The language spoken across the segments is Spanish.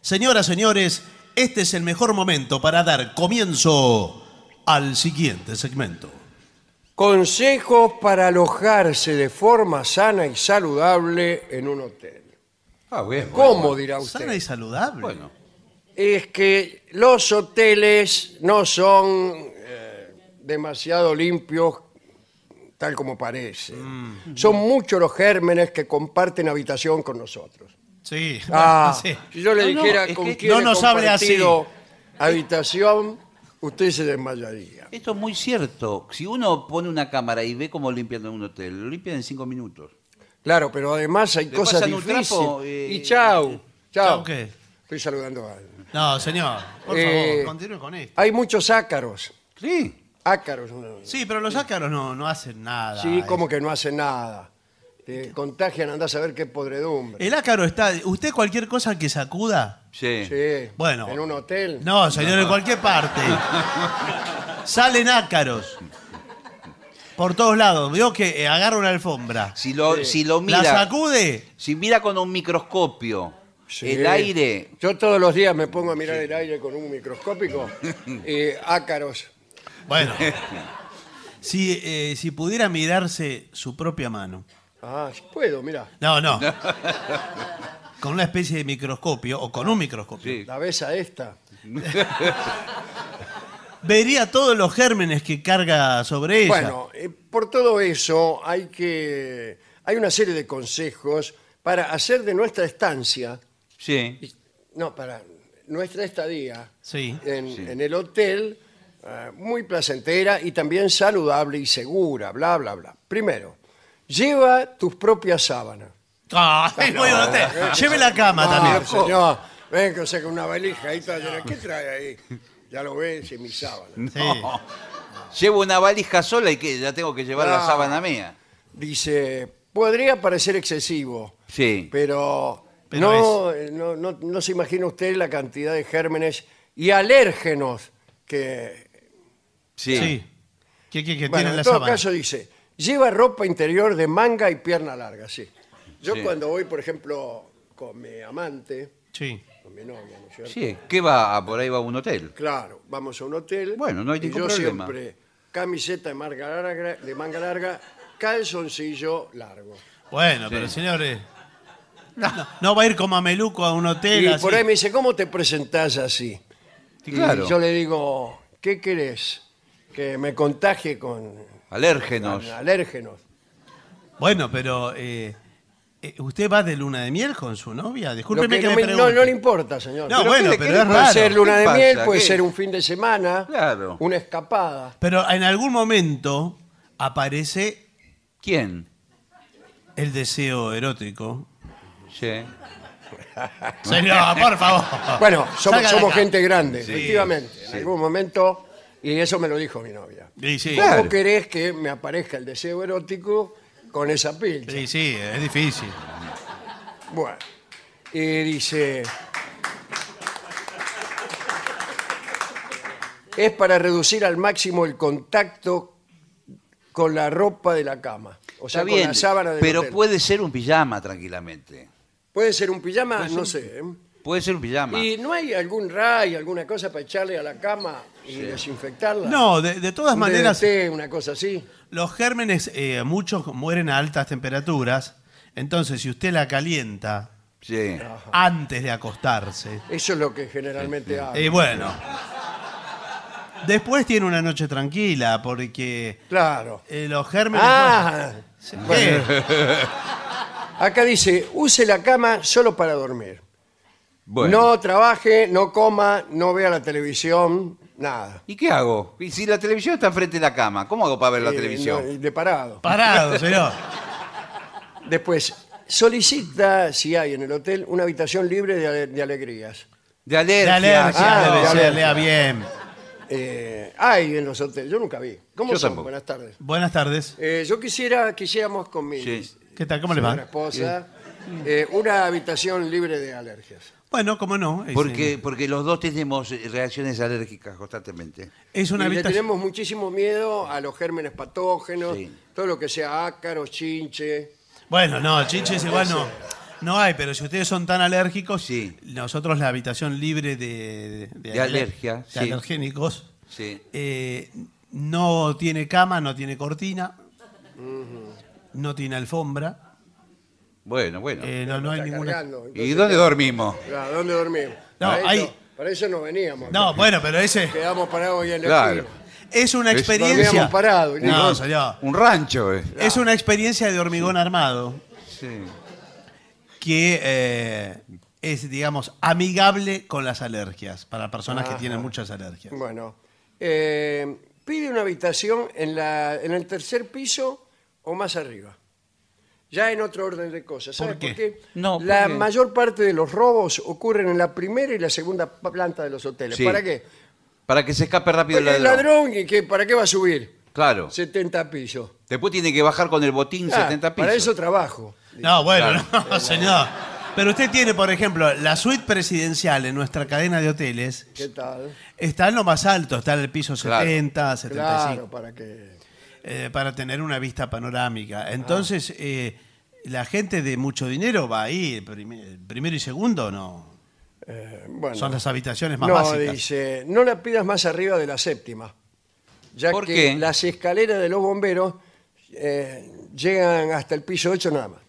Señoras, señores, este es el mejor momento para dar comienzo al siguiente segmento. Consejos para alojarse de forma sana y saludable en un hotel. Ah, bien. bueno. ¿Cómo dirá Sana usted? y saludable. Bueno. Es que los hoteles no son eh, demasiado limpios tal como parece. Son muchos los gérmenes que comparten habitación con nosotros. Sí. Ah, sí. si yo le No, no, dijera es con que- quién No he nos hable así. compartido habitación, usted se desmayaría. Esto es muy cierto. Si uno pone una cámara y ve cómo limpian en un hotel, lo limpian en cinco minutos. Claro, pero además hay Le cosas pasan un difíciles. trapo, eh, Y chau, chau. ¿Chau qué? Estoy saludando a alguien. No, señor. Por Eh, favor, continúe con esto. Hay muchos ácaros. Sí. Ácaros. ¿no? Sí, pero los ácaros no, no hacen nada. eh. Sí, como que no hacen nada. Te contagian, andás a ver qué podredumbre. El ácaro está. Usted cualquier cosa que sacuda. Sí. Sí, Bueno. En un hotel. No, señor, en cualquier parte. Salen ácaros. Por todos lados. Veo que eh, agarra una alfombra. Si lo, Sí. si lo La mira, sacude. si mira con un microscopio Sí. el aire, Yo todos los días me pongo a mirar el aire con un microscópico y ácaros. Bueno. Si, eh, si pudiera mirarse su propia mano. Ah, puedo, mira. No, no. Con una especie de microscopio o con un microscopio. Sí. La ves a esta. Vería todos los gérmenes que carga sobre ella. Bueno, eh, por todo eso hay que hay una serie de consejos para hacer de nuestra estancia, sí. no, para nuestra estadía Sí. en, Sí. en el hotel eh, muy placentera y también saludable y segura, bla, bla, bla. Primero, lleva tus propias sábanas. Ah, es bueno, usted. Lleve la cama Ah, también. señor, ven que saca una valija ahí está llena. ¿Qué trae ahí? Ya lo ves, en mi sábana. Sí. Llevo una valija sola y que ya tengo que llevar Ah. la sábana mía. Dice, podría parecer excesivo, Sí. pero, Pero no, eh, no, no- no se imagina usted la cantidad de gérmenes y alérgenos que... Sí. Sí. ¿Qué, qué, qué Bueno, tiene en la todo sábana? caso dice, lleva ropa interior de manga y pierna larga, sí. Yo Sí. cuando voy, por ejemplo, con mi amante, Sí. con mi novia, ¿no es cierto? Sí. ¿Qué va? Ah, Por ahí va a un hotel. Claro, vamos a un hotel. Bueno, no hay y ningún yo problema. siempre camiseta de manga larga, de manga larga calzoncillo largo. Bueno, pero señores. No, no va a ir como a Meluco a un hotel. y así. por ahí me dice, ¿cómo te presentás así? Sí, claro. Y yo le digo, ¿qué querés? Que me contagie con, Alérgenos. con alérgenos. Bueno, pero. eh, eh, ¿Usted va de luna de miel con su novia? Lo Discúlpeme que que, no, me me- no- pregunte. no le importa, señor. No, Pero bueno, ¿qué le- pero qué le es puede raro. ser luna de ¿Qué miel, pasa? puede ¿Qué? ser un fin de semana, Claro. una escapada. Pero en algún momento aparece ¿Quién? el deseo erótico. Sí. Señor, por favor. Bueno, somos, Salga de somos acá. gente grande, Sí, efectivamente. En sí. algún momento, y eso me lo dijo mi novia. Y sí, Claro. ¿Cómo querés que me aparezca el deseo erótico con esa pincha? sí, sí, es difícil. Bueno, y dice... Es para reducir al máximo el contacto con la ropa de la cama. O sea, Está con bien, la sábana del pero hotel. puede ser un pijama tranquilamente. Puede ser un pijama, no sé. ¿eh? Puede ser un pijama. ¿Y no hay algún ray, alguna cosa para echarle a la cama y desinfectarla? No, de, de todas Un maneras, DDT, una cosa así. los gérmenes, eh, muchos mueren a altas temperaturas. Entonces, si usted la calienta Sí. antes de acostarse, Eso es lo que generalmente hago. eh, bueno. Después tiene una noche tranquila, porque Claro. eh, los gérmenes. Ah, bueno, bueno. ¿qué? acá dice, use la cama solo para dormir. Bueno. No trabaje, no coma, no vea la televisión, nada. ¿Y qué hago? Y si la televisión está enfrente de la cama, ¿cómo hago para ver la Eh, televisión? no, de parado. Parado, señor. Después, solicita, si hay en el hotel, una habitación libre de, ale- de alegrías. De alergia. La alergia Ah, debe de alergia. ser, lea bien. Eh, hay en los hoteles, yo nunca vi. ¿Cómo Yo son? tampoco. Buenas tardes. Buenas tardes. Eh, yo quisiera que hiciéramos con mi Sí. ¿Qué tal? ¿Cómo le señora va? esposa eh, una habitación libre de alergias. Bueno, cómo no. es, Porque, eh, porque los dos tenemos eh, reacciones alérgicas constantemente. es una Y le habitación. tenemos muchísimo miedo a los gérmenes patógenos, Sí. todo lo que sea ácaros, chinche. Bueno, no, chinches igual no. No hay, pero si ustedes son tan alérgicos, Sí. nosotros la habitación libre de, De alergia, de sí. alergénicos Sí. eh, no tiene cama, no tiene cortina, no tiene alfombra, Bueno, bueno. eh, no, no hay Está ninguna. cargando, ¿Y entonces, dónde dormimos? claro, ¿Dónde dormimos? No, para, hay- eso, para eso no veníamos. No, bueno, pero ese Quedamos parados hoy en la Claro. esquina. es una Es- experiencia. dormíamos parados, y No, nada. señor. Un rancho, eh. Ah. Es una experiencia de hormigón armado Sí. que eh, es, digamos, amigable con las alergias, para personas Ah, que tienen muchas alergias. Bueno, eh, pide una habitación en, la, en el tercer piso o más arriba. Ya en otro orden de cosas. ¿Sabes ¿Por por qué? qué? No, ¿por la qué? mayor parte de los robos ocurren en la primera y la segunda planta de los hoteles. Sí. ¿Para qué? Para que se escape rápido el Porque el ladrón. ladrón, ¿y qué? ¿para qué va a subir? Claro. 70 pisos. Después tiene que bajar con el botín Ah, 70 pisos. Para eso trabajo. No, bueno, Claro. no, señor. Pero usted tiene, por ejemplo, la suite presidencial en nuestra cadena de hoteles. ¿Qué tal? Está en lo más alto, está en el piso Claro. 70, 75, Claro, Ah. para que... eh, para tener una vista panorámica. Entonces, eh, la gente de mucho dinero va ahí, prim- primero y segundo, ¿no? eh, bueno. Son las habitaciones más No, básicas. dice, no la pidas más arriba de la séptima, ya ¿Por que qué? las escaleras de los bomberos eh, llegan hasta el piso 8 nada más.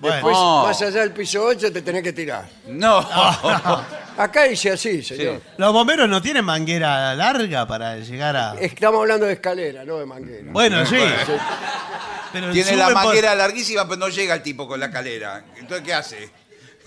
Bueno, Después, No. más allá del piso 8 te tenés que tirar. No. Ah. Acá dice así, señor. los bomberos no tienen manguera larga para llegar a... Estamos hablando de escalera, no de manguera. Bueno, sí. Pero Tiene la suben por- manguera larguísima, pero no llega el tipo con la calera. Entonces, ¿qué hace?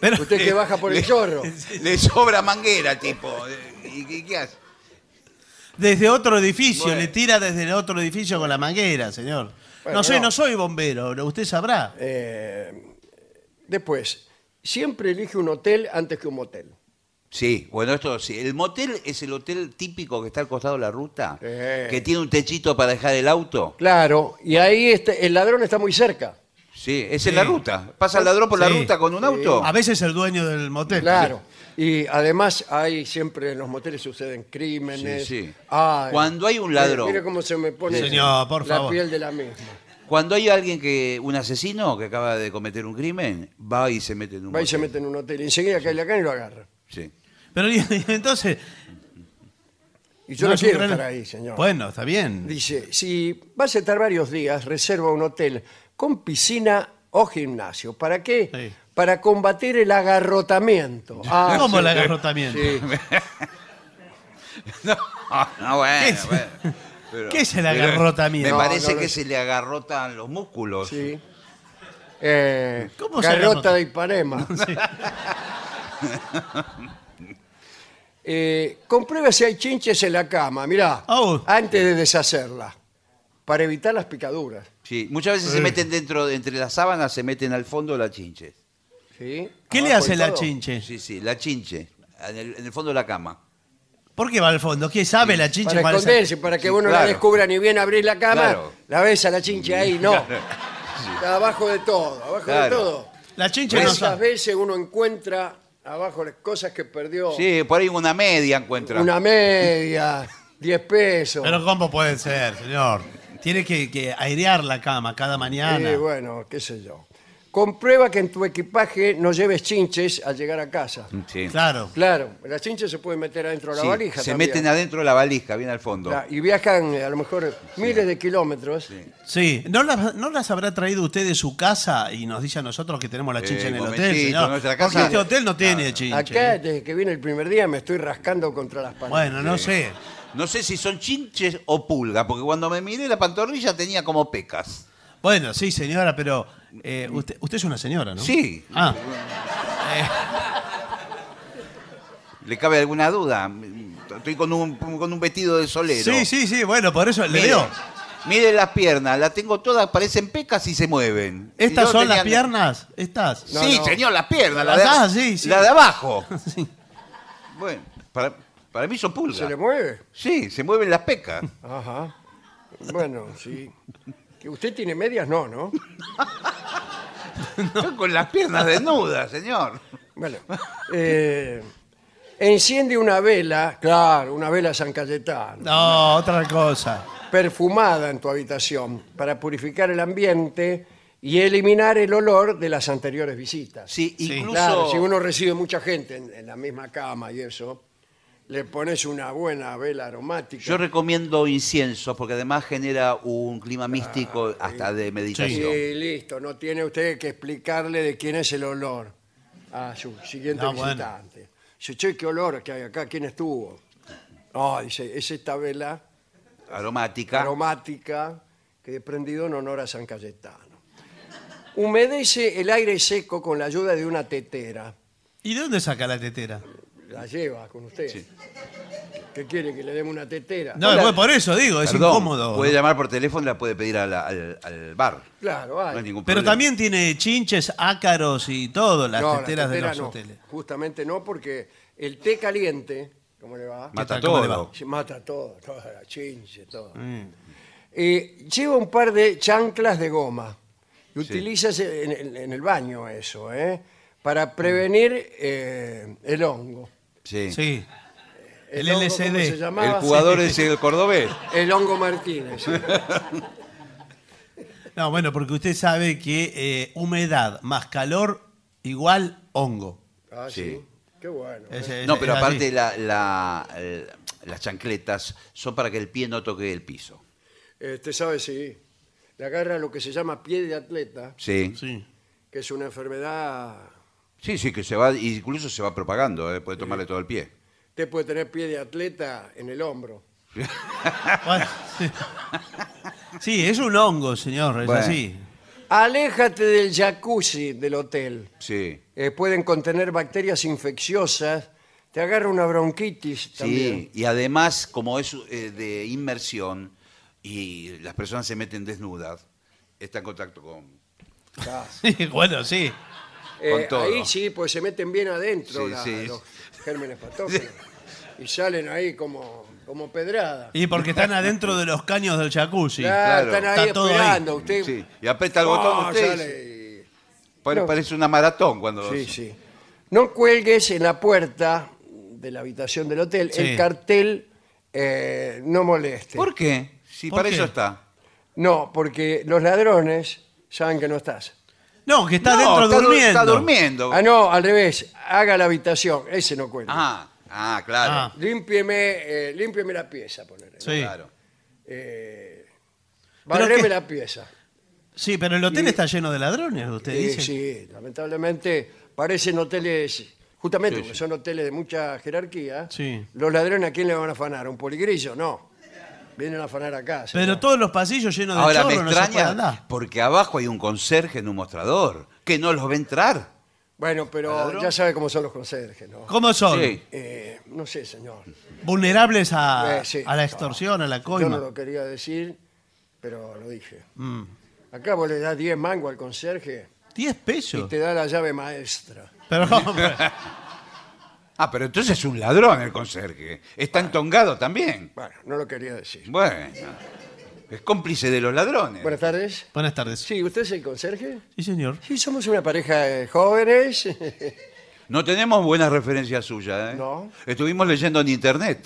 pero- eh, Usted que baja por el chorro. Le sobra manguera, tipo. ¿Y qué, qué hace? Desde otro edificio, Bueno. le tira desde el otro edificio con la manguera, señor. Bueno, no sé, no. no. soy bombero, pero usted sabrá. Eh, después, siempre elige un hotel antes que un motel. Sí, bueno, esto sí. El motel es el hotel típico que está al costado de la ruta, Sí. que tiene un techito para dejar el auto. Claro, y ahí está- el ladrón está muy cerca. Sí, es Sí. en la ruta. Pasa el ladrón por la Sí. ruta con un auto. A veces el dueño del motel. Claro. Y además hay siempre en los moteles suceden crímenes. Sí, sí. Ay. Cuando hay un Mire- ladrón. Mire cómo se me pone Señor, por la favor. piel de la misma. Cuando hay alguien que, un asesino que acaba de cometer un crimen, va y se mete en un Va y se motel. mete en un hotel. Enseguida cae la cana y lo agarra. Sí. Pero y- y entonces. Y yo no no, es un quiero gran- estar ahí, señor. Bueno, está bien. Dice, si vas a estar varios días, reserva un hotel con piscina o gimnasio. ¿Para qué? Sí. Para combatir el agarrotamiento. Ah, ¿Cómo sí. el agarrotamiento? No, Ah, no, bueno, ¿Qué es- bueno. Pero- qué es el pero agarrotamiento? Me No, parece no lo que sé. se le agarrotan los músculos. Sí. Eh, ¿Cómo se Garrota llama? de Ipanema. Eh, comprueba si hay chinches en la cama, mirá, Au. antes de deshacerla, para evitar las picaduras. Sí, Muchas veces se Eh. meten dentro, de- entre las sábanas, se meten al fondo las chinches. ¿sí? ¿Qué le Abajo hace y la todo. chinche? Sí, sí, la chinche. En el, en el fondo de la cama. ¿Por qué va al fondo? ¿Qué sabe la chinche? Para cuál es el- esconderse, para que Sí, uno la claro. descubra ni bien abrir la cama, Claro. la ves a la chinche ahí, no. Está abajo de todo, abajo Claro. de todo. La chinche no ¿Cuántas sabe. veces uno encuentra abajo las cosas que perdió? Sí, por ahí una media encuentra. Una media, 10 pesos. Pero ¿cómo puede ser, señor? Tiene que, que airear la cama cada mañana. Sí, bueno, qué sé yo. Comprueba que en tu equipaje no lleves chinches al llegar a casa. Sí. Claro. Claro, las chinches se pueden meter adentro de la Mm. Sí, valija. se también. meten adentro de la valija, bien al fondo. La- Y viajan eh, a lo mejor miles de kilómetros. Sí. ¿No las, ¿No las habrá traído usted de su casa y nos dice a nosotros que tenemos la Eh, chinche en el momentito, hotel, señor? nuestra Porque casa- este hotel no tiene chinche. ¿eh? Acá, desde que vine el primer día, me estoy rascando contra las paredes. Bueno, no sé. No sé si son chinches o pulgas, porque cuando me miré la pantorrilla tenía como pecas. Bueno, sí, señora, pero eh, usted, usted es una señora, ¿no? Sí. Ah, ¿Le cabe alguna duda? Estoy con un, con un vestido de solero. sí, sí, sí, bueno, por eso le Mire, digo. mire las piernas, las tengo todas, parecen pecas y se mueven. ¿Estas Yo son las tenía- piernas? ¿Estas? No, sí, no. señor, las piernas. La de, Acá, sí, sí. la de abajo. Sí. Bueno, para, para mí son ¿Se pulgas. le mueve? Sí, se mueven las pecas. Ajá. Bueno, sí. ¿Que ¿Usted tiene medias? No, ¿no? Yo Con las piernas desnudas, señor. Bueno. eh, enciende una vela, claro, una vela San Cayetano, No, otra cosa. perfumada en tu habitación para purificar el ambiente y eliminar el olor de las anteriores visitas. Sí, Sí. incluso. Claro, si uno recibe mucha gente en, en la misma cama y eso, le pones una buena vela aromática. Yo recomiendo inciensos porque además genera un clima místico hasta de meditación. Y listo, no tiene usted que explicarle de quién es el olor a su siguiente No, bueno. visitante. Dice, che, qué olor que hay acá, quién estuvo. No, dice, es esta vela Aromática. aromática que he prendido en honor a San Cayetano. Humedece el aire seco con la ayuda de una tetera. ¿Y de dónde saca la tetera? La lleva con usted. ¿Qué quiere? ¿Que le demos una tetera? No, Hola. bueno, por eso digo, es Perdón, incómodo. Puede llamar por teléfono y la puede pedir a la- al, al bar. Claro, hay. No hay ningún Pero problema. también tiene chinches, ácaros y todo, las No, la teteras de tetera los no, hoteles. Justamente no, porque el té caliente, ¿cómo le va? Mata ¿Qué tal? ¿Cómo le todo. Se mata todo, toda la chinche, todo. Eh, lleva un par de chanclas de goma. Y utilizas en, el- en el baño eso, ¿eh? Para prevenir eh, el hongo. Sí. Sí. El hongo, LSD. ¿cómo se El llamaba? jugador es el cordobés. El hongo Martínez. No, bueno, porque usted sabe que eh, humedad más calor igual hongo. Ah, sí. Qué bueno. ¿eh? Es- es- No, pero es así. aparte la- la- eh, las chancletas son para que el pie no toque el piso. Este sabe, sí. Le agarra lo que se llama pie de atleta, Sí. Sí, Sí. que es una enfermedad sí, que se va, incluso se va propagando, eh, puede tomarle todo el pie. Usted puede tener pie de atleta en el hombro. Bueno, sí. Sí, es un hongo, señor, es Bueno. así. Aléjate del jacuzzi del hotel. Sí. Eh, pueden contener bacterias infecciosas. Te agarra una bronquitis Sí, también. y además, como es eh, de inmersión y las personas se meten desnudas, está en contacto con. Ah, Sí, bueno, sí. eh, Con todo. ahí sí, pues se meten bien adentro Sí, la- sí. los gérmenes patógenos. Y salen ahí como, como pedrada. Y porque están adentro de los caños del jacuzzi. Claro, claro, están ahí está todo ahí. esperando. Usted Sí, y aprieta el botón Ah, usted. sale y- Pare- No. Parece una maratón cuando. Sí, sí. No cuelgues en la puerta de la habitación del hotel Sí. el cartel eh, no moleste. ¿Por qué? Si ¿Por para qué? eso está. No, porque los ladrones saben que no estás. No, que está No, dentro está, du- durmiendo. está durmiendo. Ah, no, al revés. Haga la habitación. Ese no cuelga. Ah, ah, claro. Ah. Límpieme, eh, límpieme la pieza, ponele. Sí. claro. Eh, Pero barreme qué- la pieza. Sí, pero el hotel está lleno de ladrones, usted Sí, dice. sí, lamentablemente parecen hoteles, justamente porque son hoteles de mucha jerarquía. Sí. Los ladrones a quién le van a afanar, un poligrillo, no. Vienen a afanar acá. Pero señor. todos los pasillos llenos de Ahora me chorro, no se puede extraña andar. porque abajo hay un conserje en un mostrador que no los ve entrar. Bueno, pero ya sabe cómo son los conserjes, ¿no? ¿Cómo son? Sí. Eh, no sé, señor. Vulnerables a, Eh, sí. a la extorsión, a la Yo coima. Mm. no lo quería decir, pero lo dije. Acá vos le das 10 mango al conserje ¿Diez pesos? y te da la llave maestra. Pero, hombre, Ah, pero entonces es un ladrón el conserje. Está entongado también. Bueno, no lo quería decir. Bueno. Es cómplice de los ladrones. Buenas tardes. buenas tardes. Sí. Sí, ¿usted es el conserje? señor. Sí, somos una pareja de jóvenes. No tenemos buenas referencias suyas, ¿eh? No. Estuvimos leyendo en internet.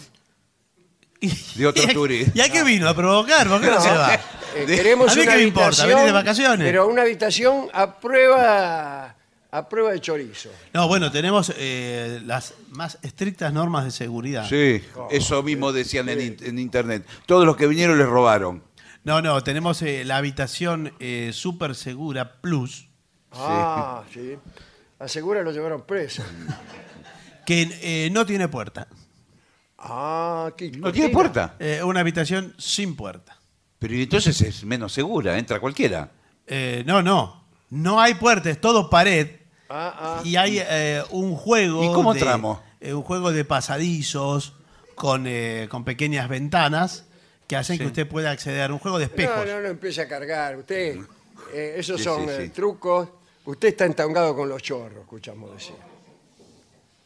De otro ¿Y a- turista. ¿Y a qué vino? ¿A provocar? ¿Por qué no, se va? Eh, queremos ¿A mí una qué me importa? habitación, ¿Venís de vacaciones? Pero una habitación a prueba, a prueba de chorizo. No, bueno, tenemos eh, las más estrictas normas de seguridad. Sí, eso mismo decían en, in- en internet. Todos los que vinieron les robaron. No, no, tenemos eh, la habitación eh, super segura plus, Ah, sí. Asegura lo llevaron preso. que eh, no tiene puerta. Ah, qué No tiene cortina. puerta. Eh, una habitación sin puerta. Pero entonces es menos segura, entra cualquiera. Eh, no, no. No hay puerta, es todo pared. Ah, ah. Y hay eh, un juego. ¿Y cómo de- entramos? eh, un juego de pasadizos con, eh, con pequeñas ventanas que hacen que usted pueda acceder. Un juego de espejos. No, no, no empiece a cargar. Usted, eh, esos Sí, son sí, eh, sí. trucos. Usted está entangado con los chorros, escuchamos decir.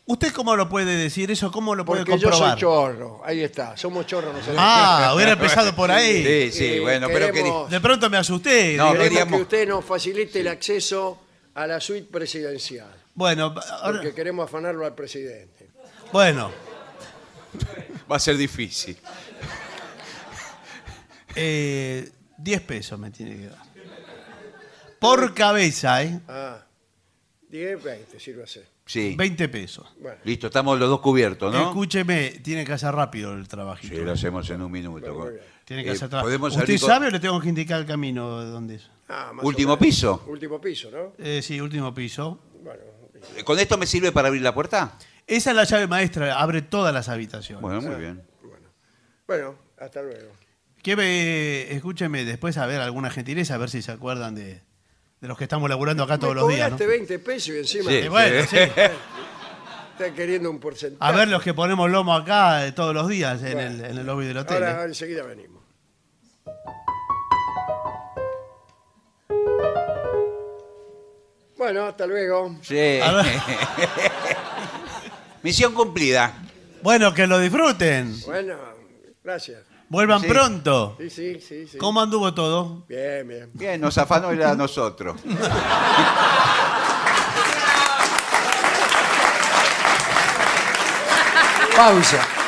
¿Usted cómo lo puede decir eso? ¿Cómo lo puede Porque yo soy comprobar? chorro. Ahí está, somos chorros nosotros. ah, hubiera empezado por ahí. Sí, sí, Eh, bueno, pero que queremos- De pronto me asusté. No, Digo, Queremos queríamos- que usted nos facilite el acceso a la suite presidencial. Bueno, ahora- Porque queremos afanarlo al presidente. bueno va a ser difícil. eh, 10 pesos me tiene que dar. Por cabeza, ¿eh? Ah, 10, 20, sírvase. Sí. 20 pesos. Bueno, Listo, estamos los dos cubiertos, ¿no? Escúcheme, tiene que hacer rápido el trabajito. Sí, lo hacemos en un minuto. Bueno, muy bien. Tiene que Eh, hacer tra- podemos ¿Usted salir con- sabe o le tengo que indicar el camino de dónde es? ah, más o Último menos. piso. Último piso, ¿no? Eh, sí, último piso. Bueno, ¿Con esto me sirve para abrir la puerta? Esa es la llave maestra, abre todas las habitaciones. Bueno, muy bien. bueno. Bueno, hasta luego. Que me- escúcheme después a ver alguna gentileza, a ver si se acuerdan de, de los que estamos laburando acá todos Me los días. ¿no? cobraste 20 pesos y encima Sí. Eh, bueno, sí. estás queriendo un porcentaje. A ver los que ponemos lomo acá eh, todos los días en, Bueno. el, en el lobby del hotel. Ahora eh. enseguida venimos. Bueno, hasta luego. Sí. ¿eh? A ver. Misión cumplida. Bueno, que lo disfruten. Bueno, gracias. Vuelvan Sí. pronto. Sí, sí, sí, sí. ¿Cómo anduvo todo? Bien, bien. Bien, nos afanó el a nosotros. Pausa.